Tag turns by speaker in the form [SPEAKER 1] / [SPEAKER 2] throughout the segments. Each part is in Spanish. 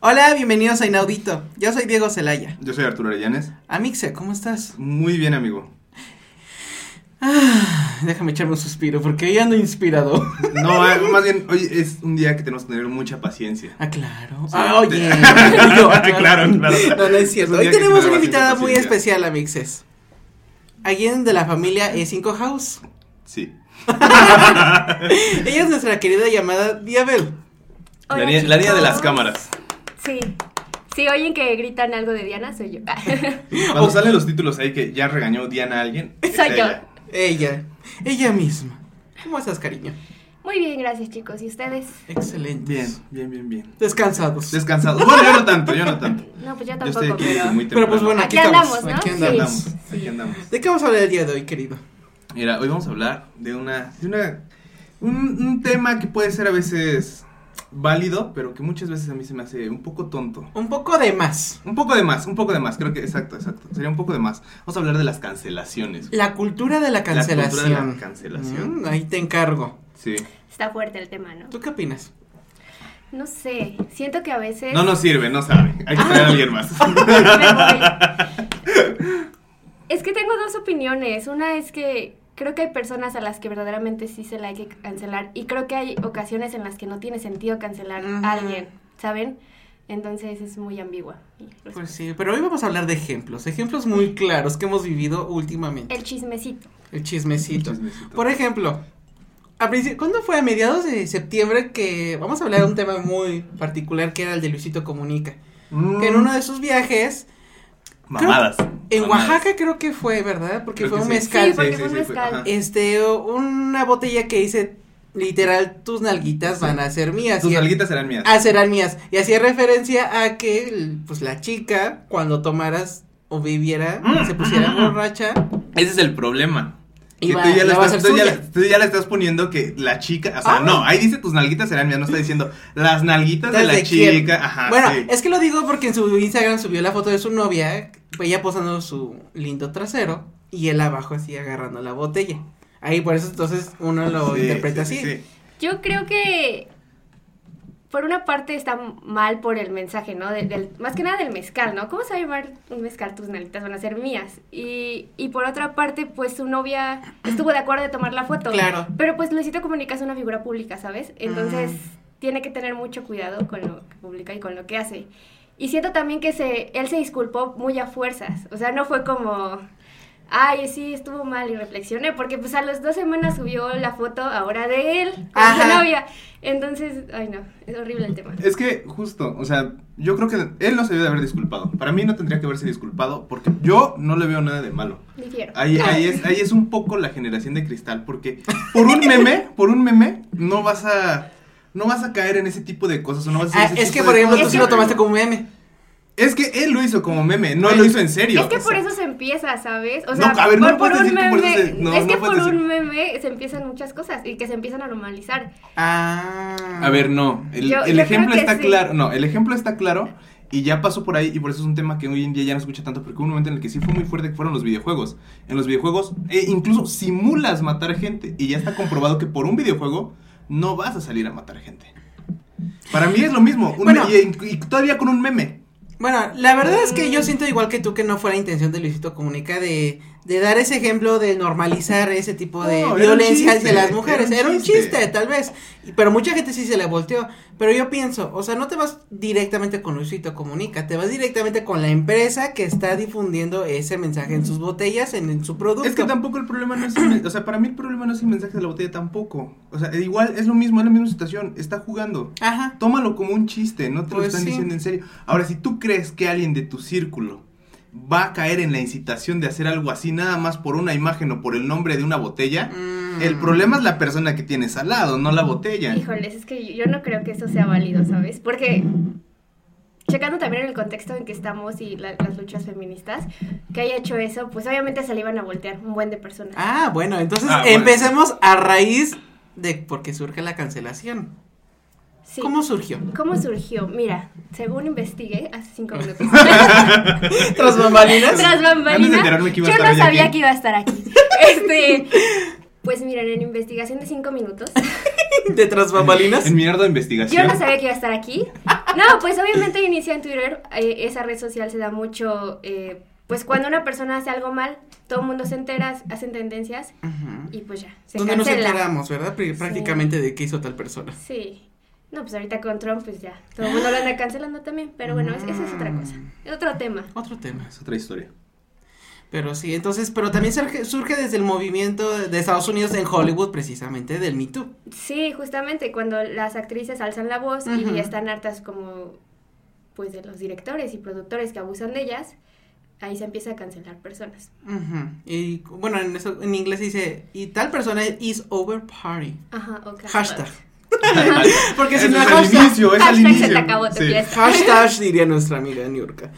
[SPEAKER 1] Hola, bienvenidos a Inaudito. Yo soy Diego Celaya.
[SPEAKER 2] Yo soy Arturo Arellanes.
[SPEAKER 1] Amixia, ¿cómo estás?
[SPEAKER 2] Muy bien, amigo.
[SPEAKER 1] Ah, déjame echarme un suspiro porque hoy ando inspirado.
[SPEAKER 2] No, eh, más bien, hoy es un día que tenemos que tener mucha paciencia.
[SPEAKER 1] Ah, claro.
[SPEAKER 2] Sí.
[SPEAKER 1] Ah, oye.
[SPEAKER 2] Claro, claro.
[SPEAKER 1] No, no es cierto.
[SPEAKER 2] Un
[SPEAKER 1] Hoy
[SPEAKER 2] día que
[SPEAKER 1] tenemos
[SPEAKER 2] tenemos
[SPEAKER 1] una invitada
[SPEAKER 2] bastante
[SPEAKER 1] muy
[SPEAKER 2] paciencia.
[SPEAKER 1] especial, Amixes. Alguien de la familia E5 House.
[SPEAKER 2] Sí.
[SPEAKER 1] Ella es nuestra querida llamada Diabel.
[SPEAKER 2] La
[SPEAKER 3] Hola,
[SPEAKER 2] niña, la niña de las
[SPEAKER 3] chicos.
[SPEAKER 2] cámaras.
[SPEAKER 3] Sí. Si oyen que gritan algo de Diana, soy yo.
[SPEAKER 2] Cuando salen los títulos ahí que ya regañó Diana a alguien. es
[SPEAKER 3] Soy yo.
[SPEAKER 2] ella.
[SPEAKER 1] Ella. Ella misma. ¿Cómo estás, cariño?
[SPEAKER 3] Muy bien, gracias, chicos. ¿Y ustedes?
[SPEAKER 1] Excelente.
[SPEAKER 2] Bien, bien, bien, bien.
[SPEAKER 1] Descansados.
[SPEAKER 2] Descansado. Bueno, yo no tanto, yo no tanto.
[SPEAKER 3] No, pues yo
[SPEAKER 2] Yo estoy
[SPEAKER 3] tampoco,
[SPEAKER 2] aquí
[SPEAKER 3] pero.
[SPEAKER 2] desde muy
[SPEAKER 1] Pero
[SPEAKER 2] temprano.
[SPEAKER 1] pues bueno, aquí,
[SPEAKER 3] Aquí
[SPEAKER 1] estamos,
[SPEAKER 3] andamos, ¿no?
[SPEAKER 1] Aquí
[SPEAKER 3] Sí.
[SPEAKER 2] Aquí
[SPEAKER 1] andamos.
[SPEAKER 2] andamos,
[SPEAKER 3] Sí.
[SPEAKER 2] aquí andamos.
[SPEAKER 1] ¿De qué vamos a hablar el día de hoy, querido?
[SPEAKER 2] Mira, hoy vamos a hablar de una, de una un, un tema que puede ser a veces válido, pero que muchas veces a mí se me hace un poco tonto.
[SPEAKER 1] Un poco de más.
[SPEAKER 2] Un poco de más, un poco de más, creo que exacto, exacto. Sería un poco de más. Vamos a hablar de las cancelaciones.
[SPEAKER 1] La cultura de la cancelación.
[SPEAKER 2] cultura de la cancelación.
[SPEAKER 1] Mm, ahí te encargo.
[SPEAKER 2] Sí.
[SPEAKER 3] Está fuerte el tema, ¿no?
[SPEAKER 1] ¿Tú qué opinas?
[SPEAKER 3] No sé. Siento que a veces.
[SPEAKER 2] No nos sirve, no sabe. Hay que traer a alguien más.
[SPEAKER 1] Ah,
[SPEAKER 3] Me voy. es que tengo dos opiniones. Una es que creo que hay personas a las que verdaderamente sí se la hay que cancelar. Y creo que hay ocasiones en las que no tiene sentido cancelar
[SPEAKER 1] Ujú.
[SPEAKER 3] a alguien, ¿saben? Entonces es muy ambigua. Y, pues,
[SPEAKER 1] Pues sí, pero hoy vamos a hablar de ejemplos, ejemplos muy claros que hemos vivido últimamente.
[SPEAKER 3] El chismecito.
[SPEAKER 1] El chismecito.
[SPEAKER 2] Chismecito.
[SPEAKER 1] Por ejemplo, a princi- ¿cuándo fue? A mediados de septiembre que vamos a hablar de un tema muy particular que era el de Luisito Comunica.
[SPEAKER 2] Mm,
[SPEAKER 1] Que en uno de sus viajes,
[SPEAKER 2] Mamadas.
[SPEAKER 1] en
[SPEAKER 2] Mamadas.
[SPEAKER 1] Oaxaca creo que fue, ¿verdad? Porque
[SPEAKER 2] Ah, Creo
[SPEAKER 1] fue
[SPEAKER 2] que
[SPEAKER 1] un
[SPEAKER 2] sí.
[SPEAKER 1] mezcal.
[SPEAKER 3] Sí, porque fue un
[SPEAKER 2] fue,
[SPEAKER 3] mezcal.
[SPEAKER 2] ajá.
[SPEAKER 1] Este, una botella que dice, literal, tus nalguitas van a ser mías.
[SPEAKER 2] Tus
[SPEAKER 1] Y-
[SPEAKER 2] nalguitas serán mías.
[SPEAKER 1] Ah, serán mías. Y hacía referencia a que, el- pues, la chica, cuando tomaras o viviera,
[SPEAKER 2] Mm,
[SPEAKER 1] se pusiera
[SPEAKER 2] mm, mm, mm.
[SPEAKER 1] borracha.
[SPEAKER 2] Ese es el problema. Que
[SPEAKER 1] Iba-
[SPEAKER 2] tú, ya
[SPEAKER 1] la
[SPEAKER 2] le
[SPEAKER 1] va a
[SPEAKER 2] estás,
[SPEAKER 1] hacer
[SPEAKER 2] tú ya,
[SPEAKER 1] suya.
[SPEAKER 2] tú ya le estás poniendo que la chica, o sea,
[SPEAKER 1] Ah.
[SPEAKER 2] no, ahí dice tus nalguitas serán mías, no está diciendo las nalguitas de la
[SPEAKER 1] ¿De
[SPEAKER 2] chica,
[SPEAKER 1] quién?
[SPEAKER 2] ajá.
[SPEAKER 1] bueno,
[SPEAKER 2] sí.
[SPEAKER 1] es que lo digo porque en su Instagram subió la foto de su novia, ella posando su lindo trasero, y él abajo así agarrando la botella. Ahí por eso entonces uno lo
[SPEAKER 2] Sí,
[SPEAKER 1] interpreta
[SPEAKER 2] sí, sí,
[SPEAKER 1] así.
[SPEAKER 2] sí.
[SPEAKER 3] Yo creo que por una parte está mal por el mensaje, ¿no? Del, del- más que nada del mezcal, ¿no? ¿Cómo se va a llamar un mezcal? Tus nalitas van a ser mías. Y, y por otra parte, pues su novia estuvo de acuerdo de tomar la foto.
[SPEAKER 1] Claro.
[SPEAKER 3] Pero pues Luisito Comunica es una figura pública, ¿sabes? Entonces tiene que tener mucho cuidado con lo que publica y con lo que hace. Y siento también que se, él se disculpó muy a fuerzas. O sea, no fue como, ay, sí, estuvo mal y reflexioné. Porque pues a las dos semanas subió la foto ahora de él con
[SPEAKER 1] Ajá.
[SPEAKER 3] su novia. Entonces, ay no, es horrible el tema.
[SPEAKER 2] Es que justo, o sea, yo creo que él no se debe de haber disculpado. Para mí no tendría que haberse disculpado porque yo no le veo nada de malo.
[SPEAKER 3] Difiero.
[SPEAKER 2] Ahí, ahí, es, ahí es un poco la generación de cristal, porque por un meme, por un meme, no vas a. No vas a caer en ese tipo de cosas. o No vas a hacer
[SPEAKER 1] Ah,
[SPEAKER 2] ese
[SPEAKER 1] es
[SPEAKER 2] tipo
[SPEAKER 1] que,
[SPEAKER 2] de
[SPEAKER 1] por ejemplo, tú
[SPEAKER 2] cosas.
[SPEAKER 1] sí lo tomaste como meme.
[SPEAKER 2] Es que él lo hizo como meme, no lo hizo en serio.
[SPEAKER 3] Es que
[SPEAKER 2] o
[SPEAKER 3] por
[SPEAKER 2] sea.
[SPEAKER 3] eso se empieza, ¿sabes? O
[SPEAKER 2] No,
[SPEAKER 3] sea,
[SPEAKER 2] a ver, no
[SPEAKER 3] por,
[SPEAKER 2] lo puedes
[SPEAKER 3] por un
[SPEAKER 2] decir que por
[SPEAKER 3] meme,
[SPEAKER 2] eso se- no,
[SPEAKER 3] es que
[SPEAKER 2] no puedes
[SPEAKER 3] por un
[SPEAKER 2] decir.
[SPEAKER 3] meme se empiezan muchas cosas y que se empiezan a normalizar.
[SPEAKER 1] Ah.
[SPEAKER 2] A ver, no. El,
[SPEAKER 3] Yo-
[SPEAKER 2] el
[SPEAKER 3] yo
[SPEAKER 2] ejemplo
[SPEAKER 3] creo que
[SPEAKER 2] está
[SPEAKER 3] sí.
[SPEAKER 2] claro. No, el ejemplo está claro. Y ya pasó por ahí, y por eso es un tema que hoy en día ya no se escucha tanto, porque hubo un momento en el que sí fue muy fuerte que fueron los videojuegos. En los videojuegos, eh, incluso simulas matar gente, y ya está comprobado que por un videojuego no vas a salir a matar gente. Para mí es lo mismo, un
[SPEAKER 1] Bueno.
[SPEAKER 2] me- y, y todavía con un meme.
[SPEAKER 1] Bueno, la verdad es que yo siento igual que tú que no fue la intención de Luisito Comunica de, de dar ese ejemplo de normalizar ese tipo de
[SPEAKER 2] No, era un
[SPEAKER 1] violencia
[SPEAKER 2] chiste,
[SPEAKER 1] hacia las mujeres. Era un chiste,
[SPEAKER 2] chiste.
[SPEAKER 1] tal vez. Y- Pero mucha gente sí se le volteó. Pero yo pienso, o sea, no te vas directamente con Luisito Comunica, te vas directamente con la empresa que está difundiendo ese mensaje en sus botellas, en, en su producto.
[SPEAKER 2] Es que tampoco el problema no es. el men- o sea, para mí el problema no es el mensaje de la botella tampoco. O sea, igual es lo mismo, es la misma situación. Está jugando.
[SPEAKER 1] Ajá.
[SPEAKER 2] Tómalo como un chiste, no te
[SPEAKER 1] Pues
[SPEAKER 2] lo están
[SPEAKER 1] sí.
[SPEAKER 2] diciendo en serio. Ahora, si tú crees que alguien de tu círculo va a caer en la incitación de hacer algo así nada más por una imagen o por el nombre de una botella,
[SPEAKER 1] Mm.
[SPEAKER 2] el problema es la persona que tienes al lado, no la botella.
[SPEAKER 3] Híjoles, es que yo yo no creo que eso sea válido, ¿sabes? Porque checando también el contexto en que estamos y la- las luchas feministas, que haya hecho eso, pues obviamente se le iban a voltear un buen de personas.
[SPEAKER 1] Ah, bueno, entonces
[SPEAKER 2] Ah, bueno.
[SPEAKER 1] empecemos a raíz de por qué surge la cancelación.
[SPEAKER 3] Sí.
[SPEAKER 1] ¿Cómo surgió?
[SPEAKER 3] ¿Cómo surgió? Mira, según investigué hace cinco minutos.
[SPEAKER 1] Tras bambalinas.
[SPEAKER 3] Tras
[SPEAKER 2] Antes de
[SPEAKER 3] bambalinas.
[SPEAKER 2] enterarme que
[SPEAKER 3] Yo
[SPEAKER 2] iba a estar
[SPEAKER 3] no
[SPEAKER 2] ella
[SPEAKER 3] sabía
[SPEAKER 2] aquí.
[SPEAKER 3] que iba a estar aquí. Este, pues miren, en investigación de cinco minutos
[SPEAKER 1] de tras bambalinas.
[SPEAKER 2] En mierda de
[SPEAKER 3] Yo
[SPEAKER 2] investigación.
[SPEAKER 3] no sabía que iba a estar aquí. No, pues obviamente inicia en Twitter. eh, esa red social se da mucho. eh, pues cuando una persona hace algo mal, todo el mundo se entera, hacen tendencias
[SPEAKER 1] Ujú.
[SPEAKER 3] y pues ya. Se
[SPEAKER 1] Donde nos
[SPEAKER 3] cancela.
[SPEAKER 1] enteramos, ¿verdad? Pr- Prácticamente de qué hizo tal persona.
[SPEAKER 3] Sí. No, pues ahorita con Trump, pues ya. Todo el mundo lo anda cancelando también. Pero bueno, es- esa es otra cosa. Es otro tema.
[SPEAKER 1] Otro tema.
[SPEAKER 2] Es otra historia.
[SPEAKER 1] Pero sí, entonces, pero también surge, surge desde el movimiento de Estados Unidos en Hollywood, precisamente del Me Too.
[SPEAKER 3] Sí, justamente cuando las actrices alzan la voz
[SPEAKER 1] Ujú.
[SPEAKER 3] y están hartas como pues de los directores y productores que abusan de ellas, ahí se empieza a cancelar personas.
[SPEAKER 1] Ujú. Y bueno, en, eso- en inglés se dice, y tal persona is over party.
[SPEAKER 3] Ajá, ok.
[SPEAKER 1] Hashtag. Porque
[SPEAKER 2] Porque
[SPEAKER 1] si no,
[SPEAKER 2] es al
[SPEAKER 1] hashtag-
[SPEAKER 2] inicio, es al
[SPEAKER 3] Hashtag se
[SPEAKER 2] inicio.
[SPEAKER 3] te acabó tu fiesta.
[SPEAKER 1] Hashtag diría nuestra amiga Niurka.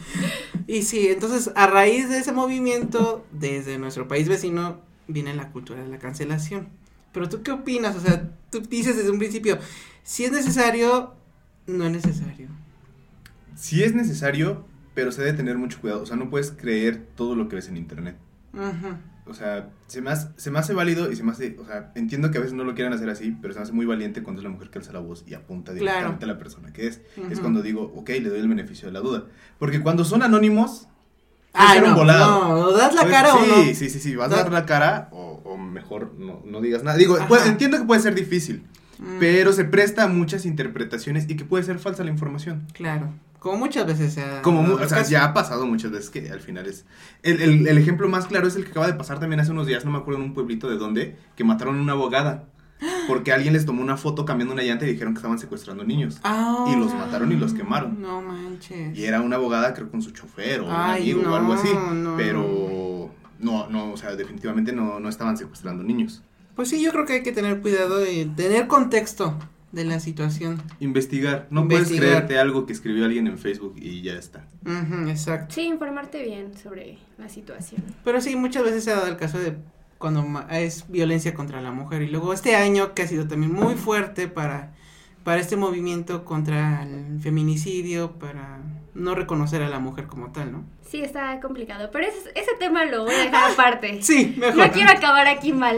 [SPEAKER 1] Y sí, entonces a raíz de ese movimiento, desde nuestro país vecino, viene la cultura de la cancelación. Pero tú qué opinas? O sea, tú dices desde un principio, si es necesario, no es necesario.
[SPEAKER 2] Sí es necesario, pero se debe tener mucho cuidado. O sea, no puedes creer todo lo que ves en internet.
[SPEAKER 1] Ujú.
[SPEAKER 2] O sea, se me, hace, se me hace válido y se me hace... O sea, entiendo que a veces no lo quieran hacer así, pero se me hace muy valiente cuando es la mujer que alza la voz y apunta directamente a la persona que es. Es
[SPEAKER 1] Ujú.
[SPEAKER 2] cuando digo, ok, le doy el beneficio de la duda. Porque cuando son anónimos...
[SPEAKER 1] Ay,
[SPEAKER 2] ser un
[SPEAKER 1] Ah, no,
[SPEAKER 2] volado.
[SPEAKER 1] no, ¿o das la
[SPEAKER 2] Pues,
[SPEAKER 1] cara
[SPEAKER 2] sí,
[SPEAKER 1] o no?
[SPEAKER 2] Sí, sí, sí, vas a
[SPEAKER 1] Da-
[SPEAKER 2] dar la cara o, o mejor no, no digas nada. Digo,
[SPEAKER 1] Ajá.
[SPEAKER 2] pues, entiendo que puede ser difícil,
[SPEAKER 1] Mm,
[SPEAKER 2] pero se presta a muchas interpretaciones y que puede ser falsa la información.
[SPEAKER 1] Claro, como muchas veces se ha
[SPEAKER 2] Como,
[SPEAKER 1] dado
[SPEAKER 2] mu- Ah, o
[SPEAKER 1] el
[SPEAKER 2] sea,
[SPEAKER 1] caso.
[SPEAKER 2] ya ha pasado muchas veces que al final es... El, el- el ejemplo más claro es el que acaba de pasar también hace unos días, no me acuerdo en un pueblito de dónde, que mataron a una abogada. Porque alguien les tomó una foto cambiando una llanta y dijeron que estaban secuestrando niños.
[SPEAKER 1] Ah.
[SPEAKER 2] y los mataron y los quemaron.
[SPEAKER 1] No manches.
[SPEAKER 2] Y era una abogada, creo, con su chofer o un
[SPEAKER 1] Ay,
[SPEAKER 2] amigo
[SPEAKER 1] no,
[SPEAKER 2] o algo así.
[SPEAKER 1] no.
[SPEAKER 2] Pero no, no, o sea, definitivamente no, no estaban secuestrando niños.
[SPEAKER 1] Pues sí, yo creo que hay que tener cuidado y tener contexto de la situación.
[SPEAKER 2] Investigar. No puedes
[SPEAKER 1] Investigar.
[SPEAKER 2] creerte algo que escribió alguien en Facebook y ya está.
[SPEAKER 1] Ujú, exacto.
[SPEAKER 3] Sí, informarte bien sobre la situación.
[SPEAKER 1] Pero sí, muchas veces se ha dado el caso de cuando ma- es violencia contra la mujer. Y luego este año, que ha sido también muy fuerte para, para este movimiento contra el feminicidio, para no reconocer a la mujer como tal, ¿no?
[SPEAKER 3] Sí, está complicado, pero ese, ese tema lo voy a dejar aparte.
[SPEAKER 1] Sí, mejor.
[SPEAKER 3] No quiero acabar aquí mal.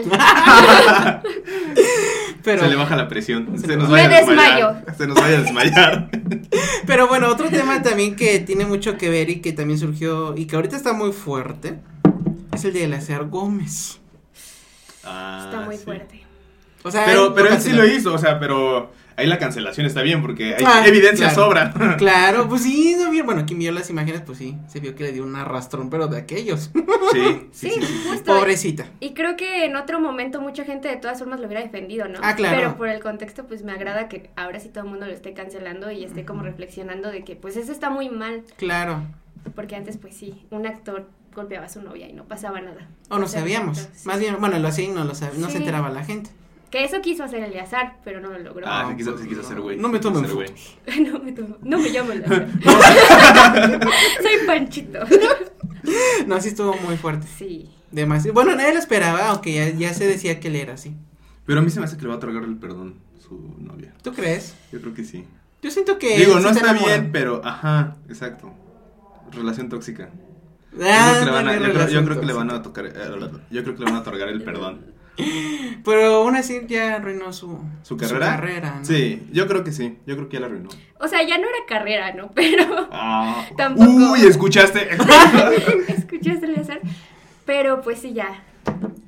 [SPEAKER 1] Pero...
[SPEAKER 2] se le baja la presión. Se nos
[SPEAKER 3] Me
[SPEAKER 2] vaya a
[SPEAKER 3] desmayo.
[SPEAKER 2] desmayar. Se nos vaya a desmayar.
[SPEAKER 1] Pero bueno, otro tema también que tiene mucho que ver y que también surgió y que ahorita está muy fuerte es el de Eleazar Gómez.
[SPEAKER 2] Ah,
[SPEAKER 3] Está muy
[SPEAKER 2] sí.
[SPEAKER 3] fuerte.
[SPEAKER 1] O sea,
[SPEAKER 2] Pero, pero él sí lo
[SPEAKER 1] hizo.
[SPEAKER 2] hizo, o sea, pero ahí la cancelación está bien porque hay
[SPEAKER 1] Ah,
[SPEAKER 2] evidencia
[SPEAKER 1] claro.
[SPEAKER 2] sobra.
[SPEAKER 1] Claro, pues sí, no vio, bueno, quien vio las imágenes, pues sí, se vio que le dio un arrastrón, pero de aquellos.
[SPEAKER 2] Sí, sí,
[SPEAKER 3] Sí,
[SPEAKER 2] sí, sí.
[SPEAKER 3] justo.
[SPEAKER 1] Pobrecita.
[SPEAKER 3] Y creo que en otro momento mucha gente de todas formas lo hubiera defendido, ¿no?
[SPEAKER 1] Ah, claro.
[SPEAKER 3] Pero por el contexto, pues me agrada que ahora sí todo el mundo lo esté cancelando y esté como
[SPEAKER 1] Ujú.
[SPEAKER 3] reflexionando de que pues eso está muy mal,
[SPEAKER 1] Claro.
[SPEAKER 3] porque antes pues sí, un actor golpeaba a su novia y no pasaba nada.
[SPEAKER 1] O no
[SPEAKER 3] sea,
[SPEAKER 1] sabíamos.
[SPEAKER 3] exacto, sí.
[SPEAKER 1] Más bien, bueno, lo hacía y no lo sabía, no se
[SPEAKER 3] Sí.
[SPEAKER 1] enteraba la gente.
[SPEAKER 3] Que eso quiso hacer Eleazar, pero no lo logró.
[SPEAKER 2] Ah, se quiso, se quiso hacer güey.
[SPEAKER 1] No me
[SPEAKER 2] se quiso
[SPEAKER 1] tomen
[SPEAKER 2] hacer güey.
[SPEAKER 3] no me tomo- no me llamo Eleazar. Soy Panchito.
[SPEAKER 1] No, sí estuvo muy fuerte.
[SPEAKER 3] Sí.
[SPEAKER 1] Demasiado. Bueno, nadie lo esperaba, aunque ya, ya se decía que él era así.
[SPEAKER 2] Pero a mí se me hace que le va a otorgar el perdón su novia.
[SPEAKER 1] ¿Tú crees?
[SPEAKER 2] Yo creo que sí.
[SPEAKER 1] Yo siento que.
[SPEAKER 2] Digo,
[SPEAKER 1] él sí
[SPEAKER 2] no está
[SPEAKER 1] enamorado.
[SPEAKER 2] bien, pero ajá, exacto. Relación tóxica.
[SPEAKER 1] Ah,
[SPEAKER 2] yo creo que le van a,
[SPEAKER 1] tiene
[SPEAKER 2] yo creo- yo
[SPEAKER 1] relación
[SPEAKER 2] creo que le van a
[SPEAKER 1] tóxica.
[SPEAKER 2] tocar, eh, yo creo que le van a otorgar el perdón.
[SPEAKER 1] Pero aún así ya arruinó su,
[SPEAKER 2] ¿Su carrera?
[SPEAKER 1] ¿no?
[SPEAKER 2] Sí, yo creo que sí. Yo creo que ya la arruinó.
[SPEAKER 3] O sea, ya no era carrera, ¿no? Pero
[SPEAKER 2] Ah.
[SPEAKER 3] Tampoco.
[SPEAKER 2] Uy, escuchaste.
[SPEAKER 3] escuchaste Eleazar. Pero pues sí, ya.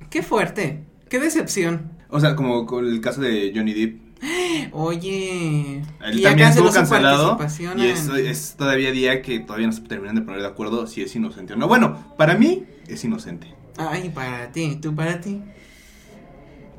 [SPEAKER 1] Qué fuerte. Qué decepción.
[SPEAKER 2] o sea, como con el caso de Johnny Depp.
[SPEAKER 1] Oye.
[SPEAKER 2] Él
[SPEAKER 1] y ya
[SPEAKER 2] también estuvo
[SPEAKER 1] canceló su
[SPEAKER 2] cancelado.
[SPEAKER 1] participación
[SPEAKER 2] Y
[SPEAKER 1] en-
[SPEAKER 2] es, es todavía día que todavía no se terminan de poner de acuerdo si es inocente o no. Bueno, para mí es inocente.
[SPEAKER 1] Ay, para ti, tú para ti.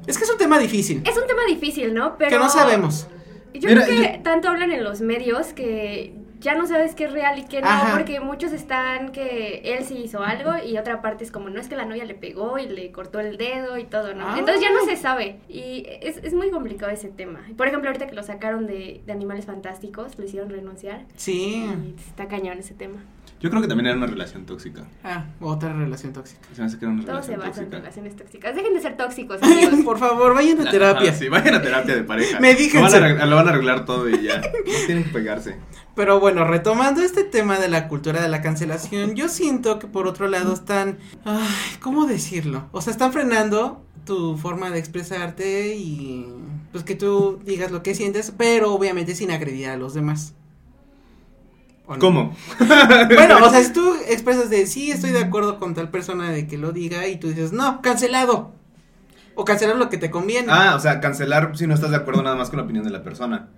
[SPEAKER 1] Es que es un tema difícil.
[SPEAKER 3] Es un tema difícil, ¿no? Pero
[SPEAKER 1] Que no sabemos.
[SPEAKER 3] Yo
[SPEAKER 2] Mira,
[SPEAKER 3] creo que tanto hablan en los medios que ya no sabes qué es real y qué no,
[SPEAKER 1] Ajá.
[SPEAKER 3] porque muchos están que él sí hizo algo y otra parte es como, no es que la novia le pegó y le cortó el dedo y todo, ¿no?
[SPEAKER 1] Ah.
[SPEAKER 3] Entonces ya no se sabe y es, es muy complicado ese tema. Por ejemplo, ahorita que lo sacaron de, de Animales Fantásticos, lo hicieron renunciar
[SPEAKER 1] Sí.
[SPEAKER 3] y está cañón ese tema.
[SPEAKER 2] Yo creo que también era una relación tóxica.
[SPEAKER 1] Ah, otra relación tóxica.
[SPEAKER 2] Se me hace que era una
[SPEAKER 3] Todo se
[SPEAKER 2] relación
[SPEAKER 3] basa en
[SPEAKER 2] tóxica.
[SPEAKER 3] relaciones tóxicas. Dejen de ser tóxicos, amigos.
[SPEAKER 1] Por favor, vayan a
[SPEAKER 2] La-
[SPEAKER 1] terapia.
[SPEAKER 2] ah, sí, vayan a terapia de pareja.
[SPEAKER 1] Medíquense.
[SPEAKER 2] Lo van, a arreglar, lo van a arreglar todo y ya. No tienen que pegarse.
[SPEAKER 1] Pero bueno, retomando este tema de la cultura de la cancelación, yo siento que por otro lado están, ay, ¿cómo decirlo? O sea, están frenando tu forma de expresarte y pues que tú digas lo que sientes, pero obviamente sin agredir a los demás. ¿O no?
[SPEAKER 2] ¿Cómo?
[SPEAKER 1] Bueno, o sea, si tú expresas de sí, estoy de acuerdo con tal persona de que lo diga y tú dices, no, cancelado. O cancelar lo que te conviene.
[SPEAKER 2] Ah, o sea, cancelar si no estás de acuerdo nada más con la opinión de la persona.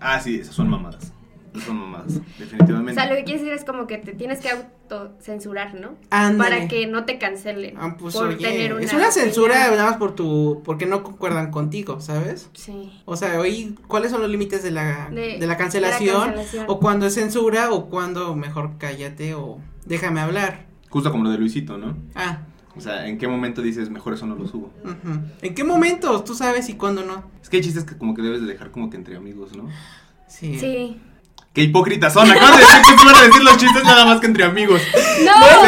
[SPEAKER 2] Ah, sí, esas son mamadas. Esas son mamadas,
[SPEAKER 3] O
[SPEAKER 2] definitivamente.
[SPEAKER 3] sea, lo que quieres decir es como que te tienes que autocensurar, ¿no?
[SPEAKER 1] Ándale.
[SPEAKER 3] Para que no te cancelen.
[SPEAKER 1] Ah, pues,
[SPEAKER 3] por
[SPEAKER 1] oye,
[SPEAKER 3] tener una
[SPEAKER 1] es una censura
[SPEAKER 3] opinión.
[SPEAKER 1] nada más por tu, porque no concuerdan contigo, ¿sabes?
[SPEAKER 3] Sí.
[SPEAKER 1] O sea, hoy, ¿cuáles son los límites de la, de,
[SPEAKER 3] De-
[SPEAKER 1] la cancelación?
[SPEAKER 3] cancelación.
[SPEAKER 1] O cuando es censura, o cuando mejor cállate o déjame hablar.
[SPEAKER 2] Justo como lo de Luisito, ¿no?
[SPEAKER 1] Ah,
[SPEAKER 2] O sea, ¿en qué momento dices mejor eso no lo subo?
[SPEAKER 1] ujú. ¿en qué momentos tú sabes y cuándo no?
[SPEAKER 2] Es que hay chistes que como que debes de dejar como que entre amigos, ¿no?
[SPEAKER 1] Sí.
[SPEAKER 3] Sí.
[SPEAKER 2] ¡Qué hipócritas son! Acaban de decir que se iban a decir los chistes nada más que entre amigos. ¿Se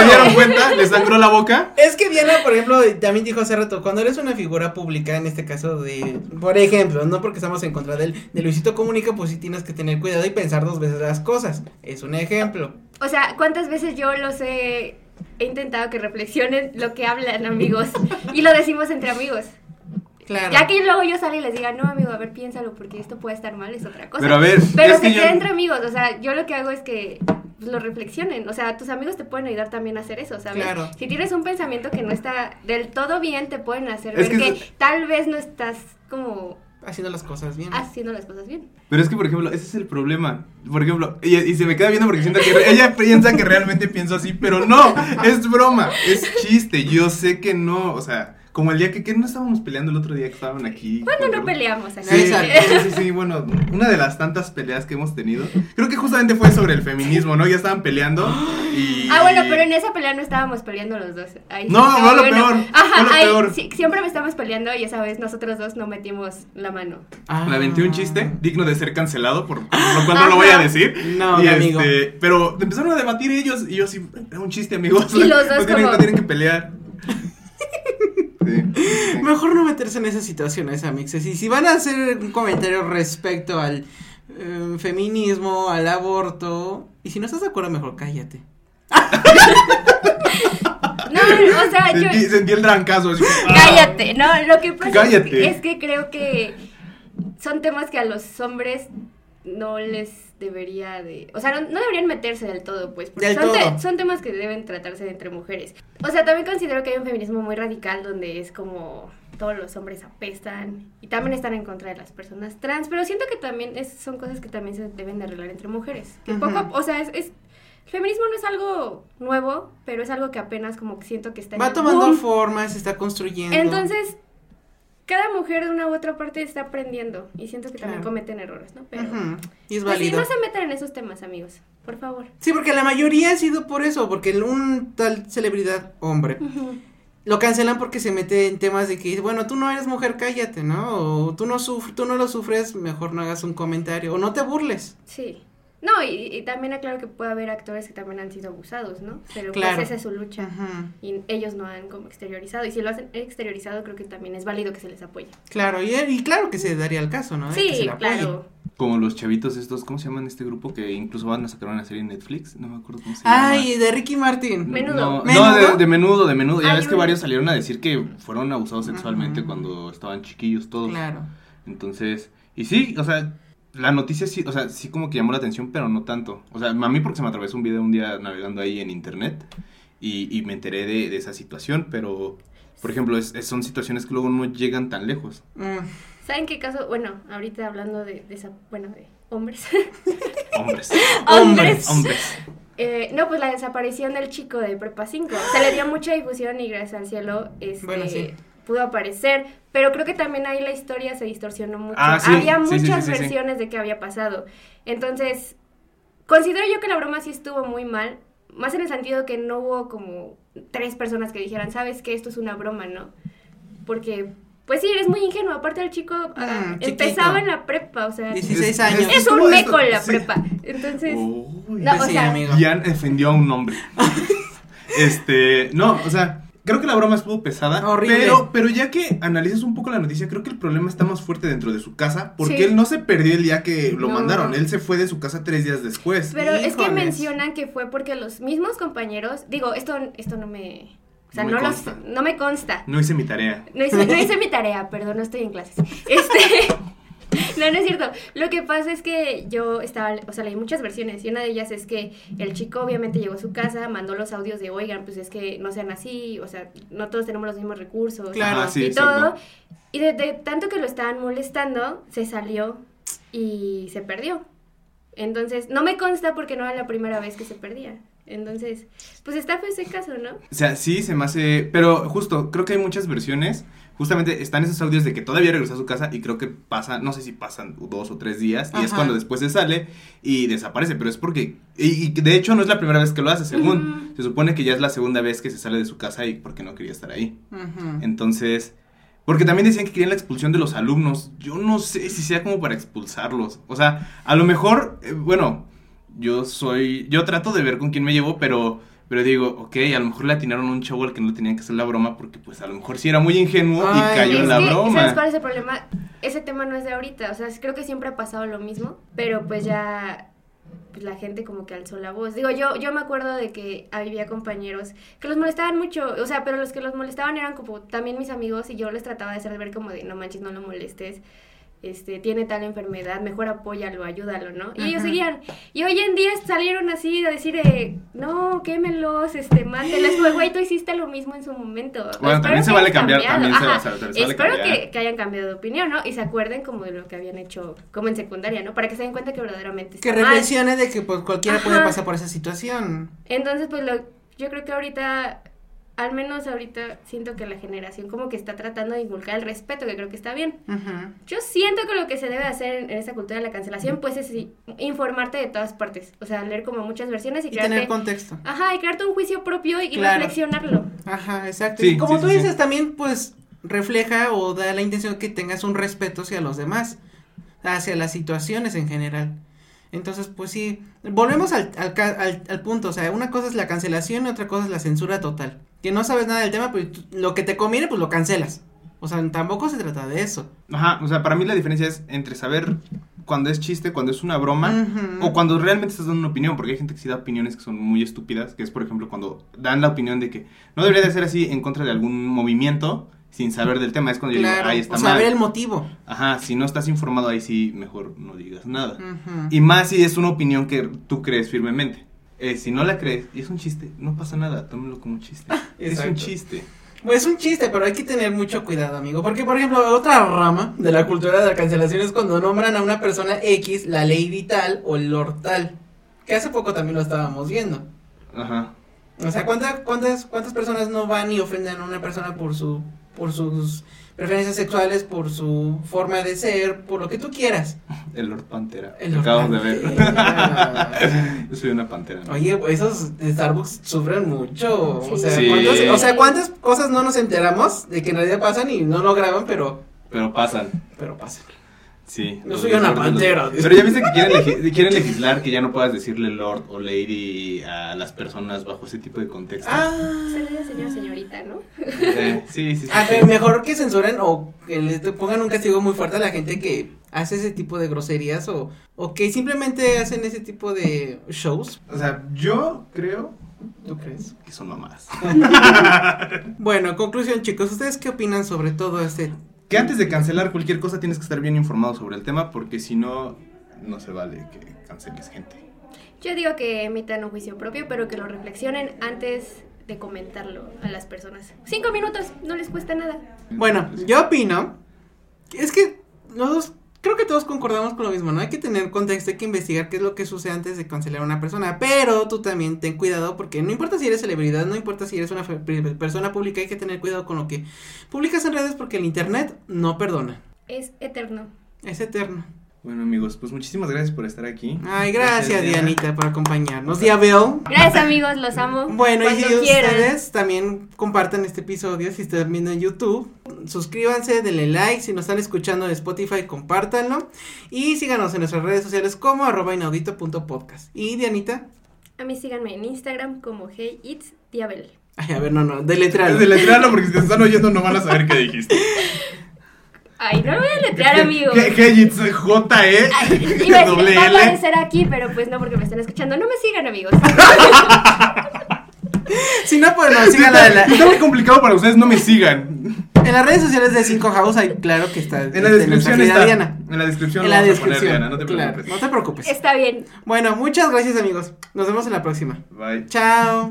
[SPEAKER 2] dieron
[SPEAKER 3] ¡No!
[SPEAKER 2] cuenta? ¿Les sangró la boca?
[SPEAKER 1] Es que Diana, por ejemplo, también dijo hace rato, cuando eres una figura pública, en este caso de, por ejemplo, no porque estamos en contra del, de Luisito Comunica, pues sí tienes que tener cuidado y pensar dos veces las cosas. Es un ejemplo.
[SPEAKER 3] O sea, ¿cuántas veces yo los he, he intentado que reflexionen lo que hablan, amigos? Y lo decimos entre amigos.
[SPEAKER 1] Claro.
[SPEAKER 3] Ya que luego yo salga y les diga, no, amigo, a ver, piénsalo, porque esto puede estar mal, es otra cosa.
[SPEAKER 2] Pero a ver,
[SPEAKER 3] Pero
[SPEAKER 2] es
[SPEAKER 3] se
[SPEAKER 2] que yo-
[SPEAKER 3] queda entre amigos, o sea, yo lo que hago es que pues, lo reflexionen, o sea, tus amigos te pueden ayudar también a hacer eso, ¿sabes?
[SPEAKER 1] Claro.
[SPEAKER 3] Si tienes un pensamiento que no está del todo bien, te pueden hacer
[SPEAKER 2] Es
[SPEAKER 3] ver
[SPEAKER 2] que
[SPEAKER 3] que,
[SPEAKER 2] es-
[SPEAKER 3] tal vez no estás como
[SPEAKER 1] Haciendo las cosas bien.
[SPEAKER 3] haciendo las cosas bien.
[SPEAKER 2] Pero es que, por ejemplo, ese es el problema. Por ejemplo, y, y se me queda viendo porque siento que re- ella piensa que realmente pienso así, pero no, es broma, es chiste. Yo sé que no, o sea, como el día que, que no estábamos peleando el otro día que estaban aquí.
[SPEAKER 3] Bueno,
[SPEAKER 2] Con-
[SPEAKER 3] no peleamos, Ana.
[SPEAKER 2] Sí,
[SPEAKER 1] Exacto.
[SPEAKER 2] sí, sí, sí, bueno, una de las tantas peleas que hemos tenido, creo que justamente fue sobre el feminismo, ¿no? Ya estaban peleando y...
[SPEAKER 3] Ah, bueno, pero en esa pelea no estábamos peleando los dos. Ahí sí
[SPEAKER 2] No,
[SPEAKER 3] estaba
[SPEAKER 2] fue lo
[SPEAKER 3] bueno.
[SPEAKER 2] peor,
[SPEAKER 3] Ajá,
[SPEAKER 2] fue lo
[SPEAKER 3] ahí
[SPEAKER 2] peor.
[SPEAKER 3] sí, siempre me estamos peleando y esa vez nosotros dos no metimos la mano.
[SPEAKER 1] Ah.
[SPEAKER 2] Me aventé un chiste digno de ser cancelado, por, por lo cual no lo voy a
[SPEAKER 3] Ah. Ajá.
[SPEAKER 2] decir.
[SPEAKER 1] No,
[SPEAKER 2] Y,
[SPEAKER 1] mi amigo.
[SPEAKER 2] este, Pero empezaron a debatir ellos y yo así, era un chiste, amigos.
[SPEAKER 3] Y los dos
[SPEAKER 2] no, tienen,
[SPEAKER 3] como-
[SPEAKER 2] no tienen que pelear. Sí.
[SPEAKER 1] Ah. Mejor no meterse en esas situaciones, amixes. Y si van a hacer un comentario respecto al eh, feminismo, al aborto, y si no estás de acuerdo, mejor cállate.
[SPEAKER 3] No, o sea, yo...
[SPEAKER 2] Sentí, sentí el trancazo. así como, ah.
[SPEAKER 3] Cállate, no, lo que pasa
[SPEAKER 2] Cállate.
[SPEAKER 3] Es, que, es que creo que son temas que a los hombres no les debería de, o sea, no, no deberían meterse del todo, pues, porque
[SPEAKER 1] Del
[SPEAKER 3] son, te-
[SPEAKER 1] todo.
[SPEAKER 3] son temas que deben tratarse entre mujeres. O sea, también considero que hay un feminismo muy radical donde es como todos los hombres apestan y también están en contra de las personas trans, pero siento que también es- son cosas que también se deben de arreglar entre mujeres. Que poco, a-
[SPEAKER 1] Ujú.
[SPEAKER 3] o sea, es, es- el feminismo no es algo nuevo, pero es algo que apenas como que siento que está en
[SPEAKER 1] Va
[SPEAKER 3] el
[SPEAKER 1] tomando
[SPEAKER 3] boom.
[SPEAKER 1] forma, se está construyendo.
[SPEAKER 3] Entonces, cada mujer de una u otra parte está aprendiendo y siento que también
[SPEAKER 1] Claro.
[SPEAKER 3] cometen errores, ¿no? Pero
[SPEAKER 1] Ujú, Y es
[SPEAKER 3] pues sí,
[SPEAKER 1] válido.
[SPEAKER 3] no se metan en esos temas, amigos, por favor.
[SPEAKER 1] Sí, porque la mayoría ha sido por eso, porque el- un tal celebridad hombre lo cancelan porque se mete en temas de que, bueno, tú no eres mujer, cállate, ¿no? O tú no, suf tú no lo sufres, mejor no hagas un comentario. O no te burles.
[SPEAKER 3] Sí. No, y, y también aclaro que puede haber actores que también han sido abusados, ¿no? Pero
[SPEAKER 1] Claro.
[SPEAKER 3] pues esa es su lucha.
[SPEAKER 1] Ujú.
[SPEAKER 3] Y ellos no han como exteriorizado. Y si lo hacen exteriorizado, creo que también es válido que se les apoye.
[SPEAKER 1] Claro, y, y claro que se daría el caso, ¿no? De que se
[SPEAKER 3] sí,
[SPEAKER 1] le apoye.
[SPEAKER 3] claro.
[SPEAKER 2] "Ah". Como los chavitos estos, ¿cómo se llaman este grupo? Que incluso van a sacar una serie en Netflix. No me acuerdo cómo se llama.
[SPEAKER 1] Ay, de Ricky Martin.
[SPEAKER 3] Menudo.
[SPEAKER 2] No,
[SPEAKER 1] ¿Menudo?
[SPEAKER 2] no, de, de menudo, de menudo. Ya
[SPEAKER 3] Hay
[SPEAKER 2] ves que
[SPEAKER 3] un-
[SPEAKER 2] varios salieron a decir que fueron abusados sexualmente
[SPEAKER 1] Ujú.
[SPEAKER 2] cuando estaban chiquillos todos.
[SPEAKER 1] Claro.
[SPEAKER 2] Entonces, y sí, o sea, la noticia sí, o sea, sí como que llamó la atención, pero no tanto. O sea, a mí porque se me atravesó un video un día navegando ahí en internet y, y me enteré de, de esa situación, pero, por ejemplo, es- es- son situaciones que luego no llegan tan lejos.
[SPEAKER 1] Mm,
[SPEAKER 3] ¿Saben qué caso? Bueno, ahorita hablando de, de esa, bueno, de hombres.
[SPEAKER 2] Hombres.
[SPEAKER 1] Hombres.
[SPEAKER 2] Hombres.
[SPEAKER 3] Eh, no, pues la desaparición del chico de Prepa 5. Se le dio mucha difusión y gracias al cielo este,
[SPEAKER 1] Bueno, sí.
[SPEAKER 3] pudo aparecer. Pero creo que también ahí la historia se distorsionó mucho.
[SPEAKER 2] Ah, sí,
[SPEAKER 3] había
[SPEAKER 2] sí, sí,
[SPEAKER 3] muchas
[SPEAKER 2] sí, sí, sí.
[SPEAKER 3] versiones de qué había pasado. Entonces, considero yo que la broma sí estuvo muy mal. Más en el sentido que no hubo como tres personas que dijeran, sabes que esto es una broma, ¿no? Porque Pues sí, eres muy ingenuo. Aparte, el chico
[SPEAKER 1] Mm,
[SPEAKER 3] ah,
[SPEAKER 1] chiquito.
[SPEAKER 3] empezaba en la prepa, o sea.
[SPEAKER 1] 16 años.
[SPEAKER 3] Es
[SPEAKER 2] Todo
[SPEAKER 3] un
[SPEAKER 2] esto-
[SPEAKER 3] meco en la
[SPEAKER 2] sí. Uh.
[SPEAKER 3] prepa. Entonces.
[SPEAKER 2] Uy.
[SPEAKER 3] No,
[SPEAKER 1] Pues
[SPEAKER 3] o
[SPEAKER 1] sí,
[SPEAKER 3] sea,
[SPEAKER 1] amigo.
[SPEAKER 2] Ian defendió a un hombre. este, no, o sea, creo que la broma estuvo pesada.
[SPEAKER 1] Horrible.
[SPEAKER 2] Pero, pero ya que analizas un poco la noticia, creo que el problema está más fuerte dentro de su casa, porque
[SPEAKER 3] Sí.
[SPEAKER 2] él no se perdió el día que lo
[SPEAKER 3] No.
[SPEAKER 2] mandaron, él se fue de su casa tres días después.
[SPEAKER 3] Pero es que
[SPEAKER 1] Híjoles.
[SPEAKER 3] mencionan que fue porque los mismos compañeros, digo, esto, esto no me, o sea,
[SPEAKER 2] No
[SPEAKER 3] no,
[SPEAKER 2] me
[SPEAKER 3] los-
[SPEAKER 2] consta.
[SPEAKER 3] no me consta.
[SPEAKER 2] No hice mi tarea.
[SPEAKER 3] No hice, no hice mi tarea, perdón, no estoy en clases. Este, no, no es cierto. Lo que pasa es que yo estaba, o sea, leí muchas versiones y una de ellas es que el chico obviamente llegó a su casa, mandó los audios de, oigan, pues es que no sean así, o sea, no todos tenemos los mismos recursos
[SPEAKER 1] Claro.
[SPEAKER 2] Ajá, sí,
[SPEAKER 3] y
[SPEAKER 2] exacto.
[SPEAKER 3] todo. Y de, de tanto que lo estaban molestando, se salió y se perdió. Entonces, no me consta porque no era la primera vez que se perdía. Entonces, pues está fue ese caso, ¿no?
[SPEAKER 2] O sea, sí, se me hace... Pero justo, creo que hay muchas versiones. Justamente están esos audios de que todavía regresó a su casa y creo que pasa, no sé si pasan dos o tres días y es
[SPEAKER 1] Ajá.
[SPEAKER 2] cuando después se sale y desaparece, pero es porque... Y, y de hecho no es la primera vez que lo hace, según.
[SPEAKER 3] Ujú.
[SPEAKER 2] Se supone que ya es la segunda vez que se sale de su casa y porque no quería estar ahí.
[SPEAKER 1] Ujú.
[SPEAKER 2] Entonces... Porque también decían que querían la expulsión de los alumnos. Yo no sé si sea como para expulsarlos. O sea, a lo mejor, eh, bueno, yo soy, yo trato de ver con quién me llevo, pero, pero digo, ok, a lo mejor le atinaron un chavo al que no tenían que hacer la broma porque pues a lo mejor sí era muy ingenuo
[SPEAKER 1] Ay,
[SPEAKER 2] y
[SPEAKER 1] Yo
[SPEAKER 2] cayó
[SPEAKER 3] es
[SPEAKER 2] en la
[SPEAKER 3] que, ¿Sabes cuál
[SPEAKER 2] broma.
[SPEAKER 3] es el problema? Ese tema no es de ahorita, o sea, creo que siempre ha pasado lo mismo, pero pues ya pues, la gente como que alzó la voz. Digo, yo, yo me acuerdo de que había compañeros que los molestaban mucho, o sea, pero los que los molestaban eran como también mis amigos y yo les trataba de hacer ver como de, no manches, no lo molestes. Este, tiene tal enfermedad, mejor apóyalo, ayúdalo, ¿no? Y ellos
[SPEAKER 1] Ajá.
[SPEAKER 3] seguían. Y hoy en día salieron así a decir, eh, no, quémelos, este, mátelos. Pues, güey, tú hiciste lo mismo en su momento.
[SPEAKER 2] Bueno,
[SPEAKER 3] Espero
[SPEAKER 2] también se
[SPEAKER 3] que
[SPEAKER 2] vale
[SPEAKER 3] hayas
[SPEAKER 2] cambiar,
[SPEAKER 3] cambiado.
[SPEAKER 2] también se,
[SPEAKER 3] Ajá.
[SPEAKER 2] va- se- se vale
[SPEAKER 3] Espero
[SPEAKER 2] cambiar.
[SPEAKER 3] que, que hayan cambiado de opinión, ¿no? Y se acuerden como de lo que habían hecho como en secundaria, ¿no? Para que se den cuenta que verdaderamente
[SPEAKER 1] Que
[SPEAKER 3] está mal.
[SPEAKER 1] reflexione de que pues cualquiera puede
[SPEAKER 3] Ajá.
[SPEAKER 1] pasar por esa situación.
[SPEAKER 3] Entonces, pues lo, yo creo que ahorita, al menos ahorita, siento que la generación como que está tratando de inculcar el respeto, que creo que está bien.
[SPEAKER 1] Ujú.
[SPEAKER 3] Yo siento que lo que se debe hacer en, en esta cultura de la cancelación, pues es sí, informarte de todas partes. O sea, leer como muchas versiones y,
[SPEAKER 1] Y
[SPEAKER 3] crearte...
[SPEAKER 1] tener contexto.
[SPEAKER 3] Ajá, y crearte un juicio propio y
[SPEAKER 1] Claro.
[SPEAKER 3] reflexionarlo.
[SPEAKER 1] Ajá, exacto.
[SPEAKER 2] Sí,
[SPEAKER 1] y como
[SPEAKER 2] sí,
[SPEAKER 1] tú
[SPEAKER 2] sí, sí.
[SPEAKER 1] dices, también pues refleja o da la intención que tengas un respeto hacia los demás, hacia las situaciones en general. Entonces, pues sí, volvemos al, al, ca- al- al punto, o sea, una cosa es la cancelación y otra cosa es la censura total. Que no sabes nada del tema, pues tú- lo que te conviene, pues lo cancelas. O sea, tampoco se trata de eso.
[SPEAKER 2] Ajá, o sea, para mí la diferencia es entre saber cuando es chiste, cuando es una broma.
[SPEAKER 1] Ujú.
[SPEAKER 2] O cuando realmente estás dando una opinión, porque hay gente que sí da opiniones que son muy estúpidas, que es por ejemplo cuando dan la opinión de que no debería de ser así en contra de algún movimiento sin saber del tema, es cuando yo digo,
[SPEAKER 1] Claro,
[SPEAKER 2] ahí está
[SPEAKER 1] o sea,
[SPEAKER 2] mal.
[SPEAKER 1] ver el motivo.
[SPEAKER 2] Ajá, si no estás informado ahí sí, mejor no digas nada.
[SPEAKER 1] Ujú.
[SPEAKER 2] Y más si es una opinión que tú crees firmemente. Eh, si no la crees y es un chiste, no pasa nada, tómelo como un chiste. es un
[SPEAKER 1] Exacto.
[SPEAKER 2] chiste.
[SPEAKER 1] Pues es un chiste, pero hay que tener mucho cuidado, amigo. Porque, por ejemplo, otra rama de la cultura de la cancelación es cuando nombran a una persona X la lady tal o lord tal. Que hace poco también lo estábamos viendo.
[SPEAKER 2] Ajá.
[SPEAKER 1] O sea, ¿cuánta- cuántas, cuántas personas no van y ofenden a una persona por su por sus preferencias sexuales, por su forma de ser, por lo que tú quieras?
[SPEAKER 2] El Lord Pantera.
[SPEAKER 1] El
[SPEAKER 2] lo
[SPEAKER 1] Lord
[SPEAKER 2] acabamos de
[SPEAKER 1] Pantera.
[SPEAKER 2] ver. Yo soy una pantera. ¿no?
[SPEAKER 1] Oye, pues, esos de Starbucks sufren mucho. O, sea,
[SPEAKER 2] Sí.
[SPEAKER 1] ¿cuántas, o sea, ¿cuántas cosas no nos enteramos de que en realidad pasan y no lo graban, pero,
[SPEAKER 2] Pero pasan.
[SPEAKER 1] pero pasan?
[SPEAKER 2] Sí.
[SPEAKER 1] Yo
[SPEAKER 2] los
[SPEAKER 1] soy
[SPEAKER 2] Lord,
[SPEAKER 1] una
[SPEAKER 2] los-
[SPEAKER 1] pantera.
[SPEAKER 2] Pero ya viste que quieren, legi- quieren legislar que ya no puedas decirle Lord o Lady a las personas bajo ese tipo de contexto.
[SPEAKER 1] Ah,
[SPEAKER 3] Se le dice señor, señorita, ¿no?
[SPEAKER 2] Eh, sí, sí, sí.
[SPEAKER 1] Ah,
[SPEAKER 2] sí.
[SPEAKER 1] pero mejor que censuren o que le te- pongan un castigo muy fuerte a la gente que hace ese tipo de groserías o, o que simplemente hacen ese tipo de shows.
[SPEAKER 2] O sea, yo creo
[SPEAKER 1] ¿Tú crees?
[SPEAKER 2] que son mamadas.
[SPEAKER 1] Bueno, conclusión, chicos, ¿ustedes qué opinan sobre todo este?
[SPEAKER 2] Que antes de cancelar cualquier cosa tienes que estar bien informado sobre el tema porque si no, no se vale que canceles gente.
[SPEAKER 3] Yo digo que emitan un juicio propio, pero que lo reflexionen antes de comentarlo a las personas. Cinco minutos, no les cuesta nada.
[SPEAKER 1] Bueno, yo opino. que Es que nosotros creo que todos concordamos con lo mismo, ¿no? Hay que tener contexto, hay que investigar qué es lo que sucede antes de cancelar a una persona. Pero tú también ten cuidado porque no importa si eres celebridad, no importa si eres una fe- pe- persona pública, hay que tener cuidado con lo que publicas en redes porque el internet no perdona.
[SPEAKER 3] Es eterno.
[SPEAKER 1] Es eterno.
[SPEAKER 2] Bueno, amigos, pues muchísimas gracias por estar aquí.
[SPEAKER 1] Ay, gracias,
[SPEAKER 2] Diana.
[SPEAKER 1] Dianita por acompañarnos. Y a Bel.
[SPEAKER 3] Gracias amigos, los amo.
[SPEAKER 1] Bueno, y
[SPEAKER 3] Cuando
[SPEAKER 1] si
[SPEAKER 3] quieran.
[SPEAKER 1] ustedes también compartan este episodio si están viendo en YouTube. Suscríbanse, denle like. Si nos están escuchando en Spotify, compártanlo. Y síganos en nuestras redes sociales como arroba inaudito.podcast. Y Dianita,
[SPEAKER 3] A mí síganme en Instagram como Hey It's Diabel.
[SPEAKER 1] ay, a ver, no, no, deletrealo.
[SPEAKER 2] Deletréalo porque si te están oyendo no van a saber qué dijiste.
[SPEAKER 3] Ay, no me voy a letrear, amigos.
[SPEAKER 2] ¿Qué, qué, Jits? J, E,
[SPEAKER 3] Ay, iba a decir,
[SPEAKER 2] doble
[SPEAKER 3] va a
[SPEAKER 2] L.
[SPEAKER 3] aparecer aquí, pero pues no porque me están escuchando. No me sigan, amigos.
[SPEAKER 1] Si no, pues no,
[SPEAKER 2] Sí,
[SPEAKER 1] síganla en,
[SPEAKER 2] está,
[SPEAKER 1] la-
[SPEAKER 2] está muy complicado para ustedes, no me sigan.
[SPEAKER 1] en las redes sociales de 5 House. Ahí, claro que está.
[SPEAKER 2] En la
[SPEAKER 1] este, nuestra
[SPEAKER 2] descripción
[SPEAKER 1] querida
[SPEAKER 2] está.
[SPEAKER 1] Diana.
[SPEAKER 2] En la descripción
[SPEAKER 1] En
[SPEAKER 2] lo
[SPEAKER 1] la
[SPEAKER 2] vamos a poner,
[SPEAKER 1] descripción.
[SPEAKER 2] Diana, no te
[SPEAKER 1] claro,
[SPEAKER 2] preocupes.
[SPEAKER 1] no te preocupes.
[SPEAKER 3] Está bien.
[SPEAKER 1] Bueno, muchas gracias, amigos. Nos vemos en la próxima.
[SPEAKER 2] Bye.
[SPEAKER 1] Chao.